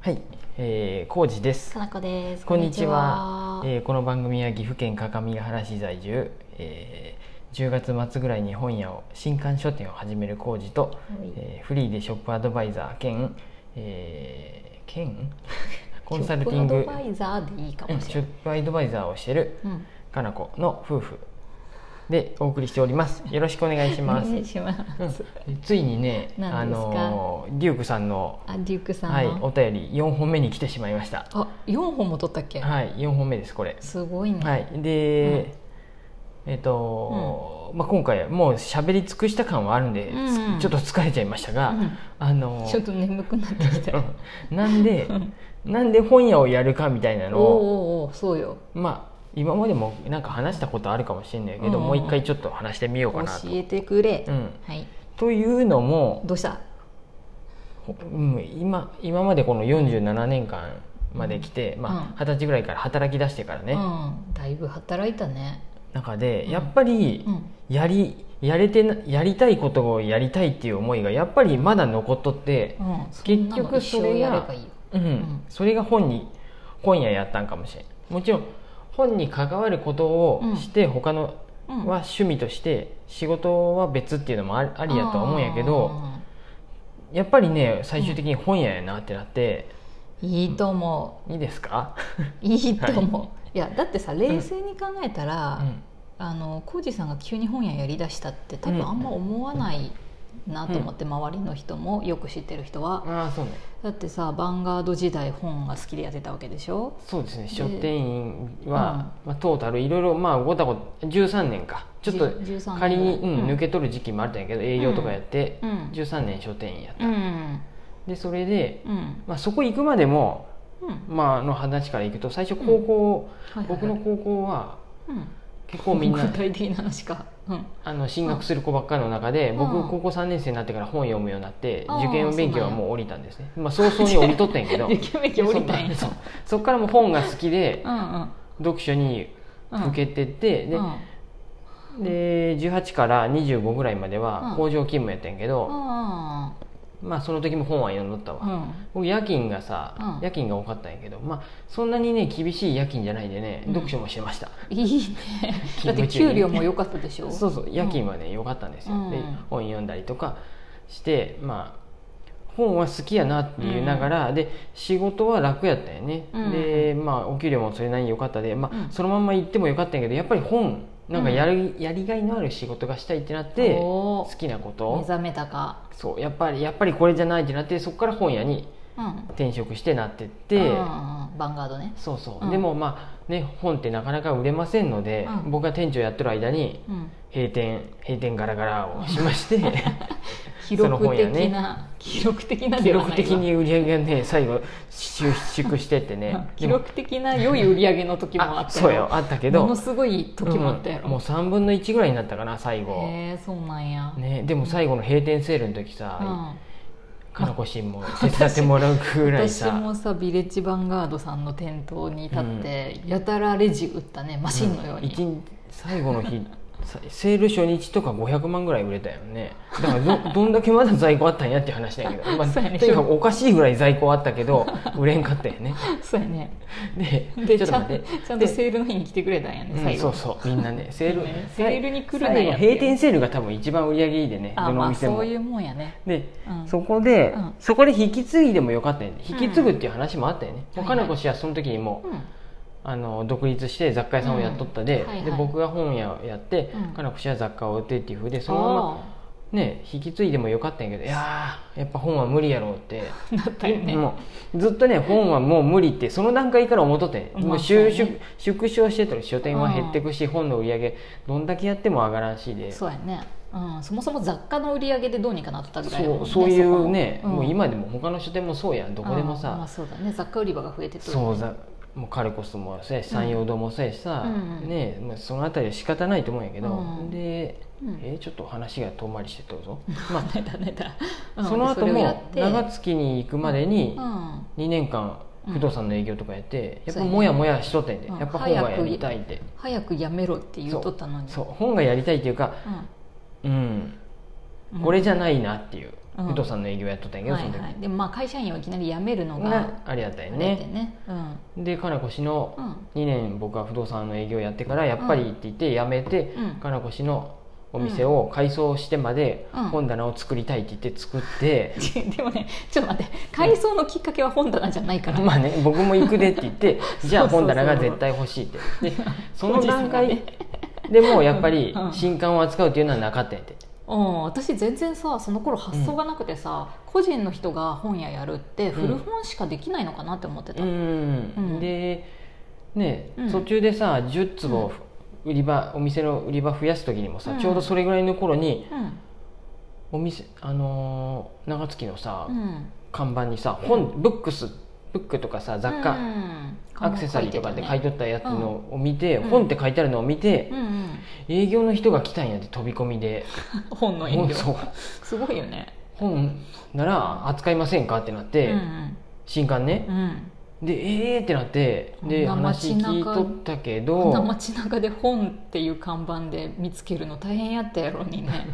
はい、えー、康二ですか。なこです。こんにちは。こんにちはえーこの番組は岐阜県各務原市在住、えー、10月末ぐらいに本屋を新刊書店を始める康二と、えーフリーでショップアドバイザー兼、えー兼 コンサルティングショップアドバイザーでいいかうんもしショれッない。プアドバイザーをしてるうんかなこの夫婦でお送りしております。よろしくお願いしおます。願いします。うんついにね、あ何ですかのーデュークさんのあ、デュークさはいんおの。便り4本目に来てしまいました。あ、四本も取ったっけ。はい、4本目ですこれ。すごいね。はい、で、えっ、と、まあ、今回はもう喋り尽くした感はあるんで、うんうんちょっと疲れちゃいましたが、うんあのちょっと眠くなって きた。うんなんでなんで本屋をやるかみたいなおのおをおお、そうよ。まあ今までもなんか話したことあるかもしれないけど、うんもう一回ちょっと話してみよう教かなと。えてくれう。ん、はい。というのも、どうした。うん、今今までこの47年間まで来て、まうんあ、二十歳ぐらいから働き出してからね、うん、だいぶ働いたね。中でうんやっぱり、うん。やりやれてなやりたいことをやりたいっていう思いがやっぱりまだ残っとって、うん。結局そそんなの一生れやれがばいいよ。うんんそれが本に本ややったんかもしれんもちろん本に関わることをして、他のうんは趣味として仕事は別っていうのもありありやとは思うんやけどあやっぱりね最終的に本屋やなってなって、ー。いいと思いいですか、う。いいと思う。いや、だってさ、冷静に考えたら。うんあの浩二さんが急に本屋やりだしたって多う分んあんま思わないなと思って、周りの人もよく知ってる人は、ああそうねだってさヴァンガード時代本が好きでやってたわけでしょそうですねで書店員は、まあ、トータルいろいろまあごたごた13年かちょっとじゅ13年仮に、うんうん抜け取る時期もあったんやけど営業とかやって、うん13年書店員やった、うんでそれで、うんまあ、そこ行くまでも、うんまあ、あの話から行くと最初高校、はいはいはい僕の高校はうん結構み んな具体的な話か、うん、あの進学する子ばっかりの中で、うん僕高校3年生になってから本読むようになって、あー受験勉強はもう降りたんですね、まあ、早々に降りとったんやけど受験勉強降りたんやそうそっからもう本が好きでうんうん読書にうん受けてって、で、うんで18から25ぐらいまでうはん工場勤務やったんやけど、あまあその時も本は読んどったわ、ーうん僕夜勤がさ、うん夜勤が多かったんやけどまあそんなにね厳しい夜勤じゃないでね、うん読書もしてましたいいねだって給料も良かったでしょそうそう夜勤はね良かったんですよ、うんで本読んだりとかしてまあ本は好きやなって言いながら、で仕事は楽やったよね、うんでまあお給料もそれなりに良かったで、まあうんそのまんま行っても良かったんやけどやっぱり本なんかやる、やりがいのある仕事がしたいってなってお好ーきなこと目を覚めたか、そうやっぱりやっぱりこれじゃないってなってそこから本屋にうん、転職してなってっうんて、うんうんヴァンガードねそうそう、うんでもまあね本ってなかなか売れませんので、うん僕が店長やってる間にうん閉店閉店ガラガラをしまして記録その本的やな、ね記録的 な記では録ないわ的に売り上げがね最後収縮してってね記録的な良い売り上げの時でももああったそうよあったけどものすごい時もあったやろ、うんもう3分の1ぐらいになったかな最後、へえそうなんや、ね、でも最後の閉店セールの時うさ、ん、かなこしんも手伝ってもらうぐらい私さもさビレッジヴァンガードさんの店頭に立って、やたらレジ打ったねマシンのように、一日最後の日 さセール初日とか500万ぐらい売れたよねだからど どんだけまだ在庫あったんやって話だけど、まあ、とそうやねにかくおかしいぐらい在庫あったけど売れんかったよねそうやねで でちょっちとゃ待っんてちゃんとでセールの日に来てくれたんやねうん最後、そうそうみんな ねセールいいねセールに来るな最や後って閉店セールが多分一番売り上げいいでねあどまのあ店も、そういうもんやねで、うんそこで、うんそこで引き継いでもよかったよねう引んき継ぐっていう話もあったよね、はいはい他の子氏はその時にもう、うんあの独立して雑貨屋さんをやっとったで,、うんはいはいで僕が本屋をやって、うんかなこ氏は雑貨を売ってっていうふうでそのままね引き継いでもよかったんやけどいやーやっぱ本は無理やろうって、あーなったよね、もうずっとね本はもう無理ってその段階から思っとって、まあもうそう収ね縮、縮小してたら書店は減ってくし、本の売り上げどんだけやっても上がらんしでそうやね、うん、そもそも雑貨の売り上げでどうにかなってたぐらいやもんそうそういうね、そこもう今でも他の書店もそうやんどこでもあーまあ、さ、そうだね雑貨売り場が増えてくるそうざもうカルコスもそうやし山陽堂もそうやしさ、うんねもうその辺りは仕方ないと思うんやけど、うんで、うんえーちょっと話が遠回りしてっとるぞ、 まあねだねだ、うんその後れをやもって長月に行くまでに、うん2年間うん不動産の営業とかやって、やっそうぱやねもやもやしとってんで、うんやっぱ本がやりたいって早くやめろって言うとったのにそう本がやりたいっていうかうん、うんうんこれじゃないなっていう、うん武藤さんの営業やっとったんやけど、はいそのは時い、でもまあ会社員をいきなり辞めるのががありやったよあれでねねうんでかなこ氏のうん 2年僕は不動産の営業やってからやっぱりって言って辞めて、うんかなこ氏のお店を改装してまでうん本棚を作りたいって言って作って、でもねちょっと待って改装のきっかけは本棚じゃないから、まあね僕も行くでって言ってじゃあ そうそ本うそう棚が絶対欲しいって でそおのじさん段が階ねでもやっぱりうん新刊を扱うっていうのはなかったんやて、うん、私全然さその頃発想がなくてさ、個人の人が本屋やるって古本しかできないのかなって思ってた、ううんんうんでね、うん途中でさ10坪売り場、お店の売り場増やす時にもさ、うんちょうどそれぐらいの頃にお店あのー長月のさ、うん看板にさ本ブックスブックとかさ雑貨、うんアクセサリーとかって書いとったやつのを見て、うん本って書いてあるのを見て、うんうん、営業の人が来たんやって飛び込みで本の本そうすごいよね本なら扱いませんかってなっうて、ん新刊ねう、んでえーってなってでこんな話街中聞いとったけこんどな街中で本っていう看板で見つけるの大変やったやろうに ね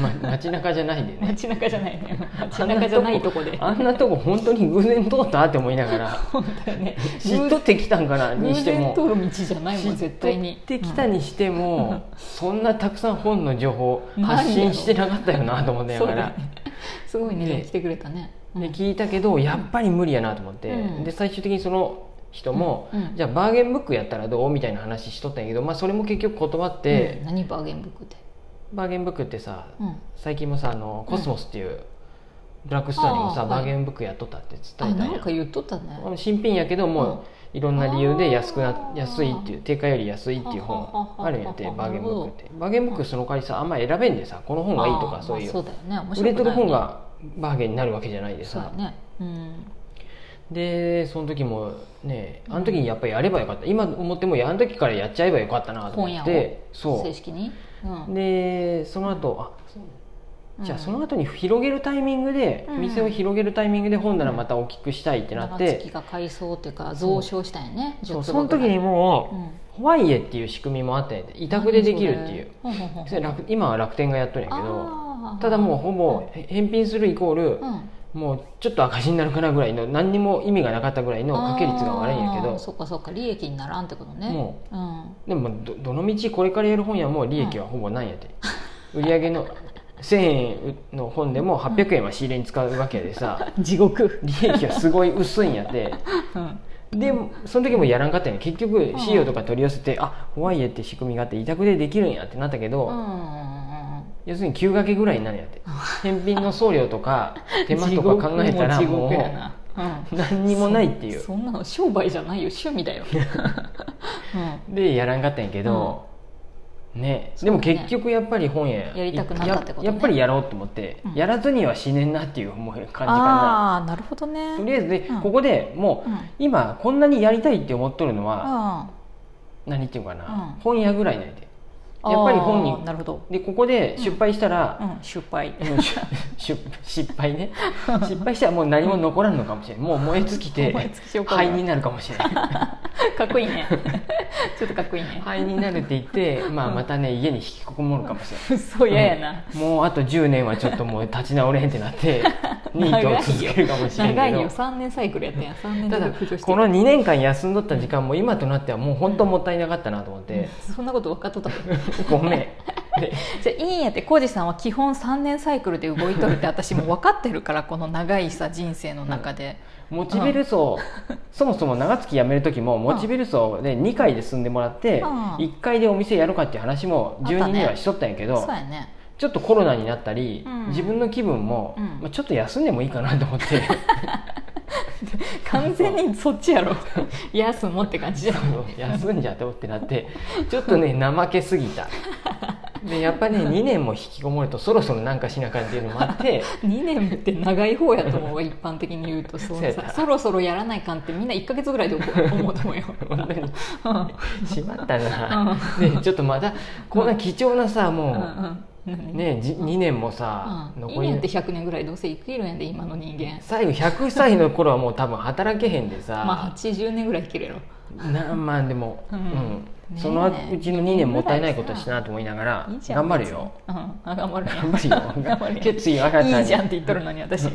ま街中じゃないでね街中じゃないね 街中じゃないとこであんなとこ本当に偶然通ったって思いながら 本当よね知っとってきたんかなに偶して然も通る道じゃないもん絶対に知っとってきたにしても、そんなたくさん本の情 報ないよ発信してなかったよなと思いなそうがだらよ、ね すごいねででも来てくれたねで聞いたけどやっぱり無理やなと思って、うんで最終的にその人も、うんうんじゃあバーゲンブックやったらどうみたいな話しとったんやけど、まあ、それも結局断っうてん、何バーゲンブックで、バーゲンブックってさうん、最近もさあのコスモスっていうドラッグストアにもさ、あーはいバーゲンブックやっとったってあ伝えたんなやんか言っとったね新品やけどもういろんな理由で安くあなー安いっていう定価より安いっていう本あるんやってははははバーゲンブックっなてバーゲンブックその代わりさあんま選べんでさこの本がいいとあかーそういまあうそうだよね面売れ白てくるないよ本ねがバーゲンになるわけじゃないでそうださねうんでその時もねあの時にやっぱりやればよかった今思ってもあの時からやっちゃえばよかったなと思っ本屋てそ正式に、うんうでその後あじゃあそのっ後に広げるタイミングでうん店を広げるタイミングで本棚また大きくしたいっててなってが改装っていうか増床したんやねそう10その坪時ぐらいにもううんホワイエっていう仕組みもあって委託でできるっていう何それほうほうほうそれ楽今は楽天がやっとるんやけどあーただもうほぼへ返品するイコールうんもうちょっと赤字になるかなぐらいの何にも意味がなかったぐらいの掛け率が悪いんやけあどーそっかそっか利益にならんってことねもう、ん、でもどどの道これからやる本屋も利益はほぼないんやて売り上げ の1000円の本でも800円は仕入れに使うわけでさ地獄、利益はすごい薄いんやて うん、でその時もやらんかったんや結局資料とか取り寄せてあホワイエって仕組みがあって委託でできるんやってなったけど、うんうんうん要するに急掛けぐらいになるんやって返品の送料と か手間とか考えたら地獄もも地獄やうな、うん何にもないっていうそそんなの商売じゃないよ趣 味だよ、うでやらんかったんやけど、ねでもそうね結局やっぱり本屋やりたくなったってことねややっぱりやろうと思って、うんやらずには死ねんなっていう思い感じかん、なああなるほどねとりあえずで、うんここでもう、うん今こんなにやりたいって思っとるのは、あ何っていうかな、うん本屋ぐらいなんやでーやっぱり本あーになるほど、でここで失敗したら、うん、失敗 でもし し失敗ね失敗したらもう何も残らんのかもしれんもう燃え尽きて燃え尽き症候群灰になるかもしれな いかっこいいね ちょっとかっこいいね灰になるって言って、まあ、またね家に引きこもるかもしれない嘘嫌やな、もうあと10年はちょっともう立ち直れへんってなって ニートを続けるかもしれん長いよけど3年サイクルやったやん3年ただで浮上してこの2年間休んどった時間も今となってはもう本当もったいなかったなと思って、そんなこと分かっと ったごめんでじゃあいいんやって浩二さんは基本3年サイクルで動いとるって私も分かってるからこの長いさ人生の中で、モチベル層、そもそも長月辞める時もモチベル層で2回で住んでもらって、うん1回でお店やるかっていう話も住人にはしとったんやけど、そう やねちょっとコロナになったり、うん自分の気分も、うんまあ、ちょっと休んでもいいかなと思 って、完全にそっちやろ安もって感じじゃん休んじゃどうってなってちょっとね怠けすぎたでやっぱね2年も引きこもるとそろそろなんかしなあかんっていうのもあって 2年って長い方やと思う一般的に言うとそうそうやったさそろそろやらないかんってみんな1か月ぐらいで思思うと思 うよ本当にうんしまったな、でちょっとまたこんな貴重なさうんもうんう、何ねじ2年もさ、うん、2残り年って100年ぐらいどうせ生きるんやで今の人間最後100歳の 頃はもう多分働けへんでさ、まあ80年ぐらい生きるやろ何万でも、うんうんえそのうちの2年もったいないことしたなと思いながらいいじゃん頑張るよ、別にうん、あ頑張るね頑張るよ 頑張る決意を新たにいいじゃんって言っとるのに私うん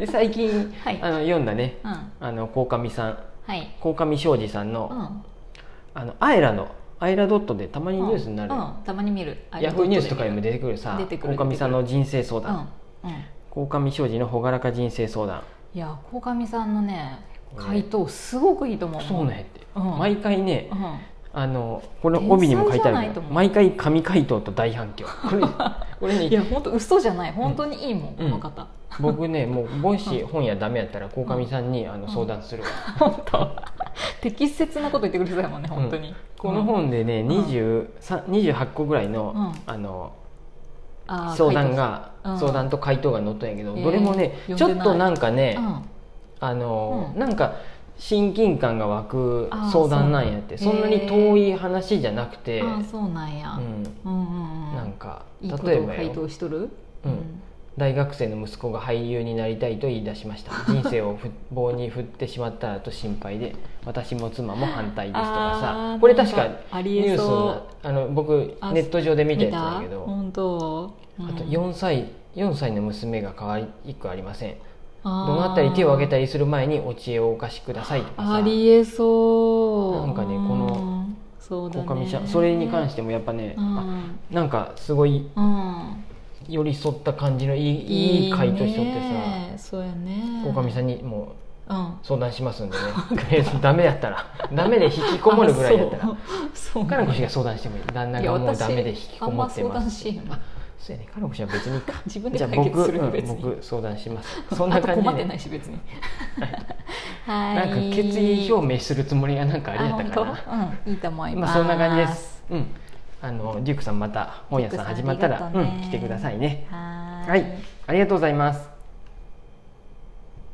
で最近、はいあの読んだねはあの鴻上さんい鴻上庄司さんのう「んあのアイラ」の「アイラドット」でたまにニュースになる、うん、たまに見るヤフーニュースとかにも出てくるさ出てくる鴻上さんの人生相うん、うん談、、鴻上庄司の朗らか人生相談いや鴻上さんのねこれ回答すごくいいと思うそうねって、うん毎回ねうんあのこの帯にも書いてある天才じゃなけいとど思う毎回神回答と大反響これこれいやね本当嘘じゃない本当にいいもん、うんこの方僕ねもうもしう本屋ダメやったら鴻上さんにあの相談するわ、本当適切なこと言ってくれそうやもんね本当に、この本でね23 28個ぐらいの、うんあのあー相談が、回答うん相談と回答が載ったんやけど、へーどれもね読んちょでっないとなんか書いね、てますあの、うんなんか親近感が湧くあー相談なんやってそそうんなに遠い話じゃなくて、うん、ああそうなんや、ううん、うんうんん、なんかいいこと例えをば回よ答しとるうん大学生の息子が俳優になりたいと言い出しました人生をふ棒に振ってしまったらと心配で私も妻も反対ですとかあさーこれ確かなんかあニューりえスにそなあの僕あネット上でう見たやつただけど本当、うんあと4歳4歳の娘が可愛くありませんあー怒鳴ったり手を挙げたりする前にお知恵をお貸しくださいとかさありえそうなんかねうこのそうだ鴻ね上さんそれに関しててもやっぱね、うん、あなんかすごいうん寄り添った感じのいいいい回答しとってさねそうやね鴻上さんにもうんう相談しますんでね ダメやったらダメで引きこもるぐらいやったらあそうそうかなこ氏が相談してもいい旦那いやがもう私ダメで引きこもってあんま相ま談すしへんもんあそうやねかなこ氏は別にか自分でじゃあ解僕決するうよん別に、僕相談しますそんなあ感とじ 困ってでないし別にはいなんか決意表明するつもりがなんかあれやったかなあ本当うんいいと思いま、ますあそんな感じです。うん。あのデュークさんまた本屋さん始まったら、デュークさんあうんりがとうね来てくださいね。はーはい、ありがとうございます。